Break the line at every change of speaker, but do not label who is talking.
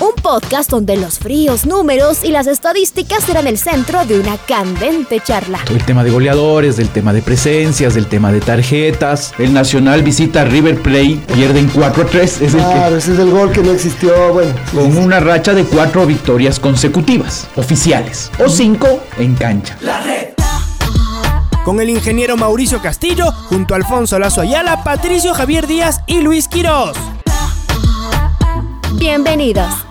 Un podcast donde los fríos números y las estadísticas serán el centro de una candente charla.
Todo el tema de goleadores, del tema de presencias, del tema de tarjetas. El Nacional visita a River Plate, pierden 4 a 3. Es el
Claro, Ah, ese es el gol que no existió. Bueno,
que, con una racha de 4 victorias consecutivas, oficiales, o 5 en cancha.
Con el ingeniero Mauricio Castillo, junto a Alfonso Lazo Ayala, Patricio Javier Díaz y Luis Quirós.
Bienvenidos.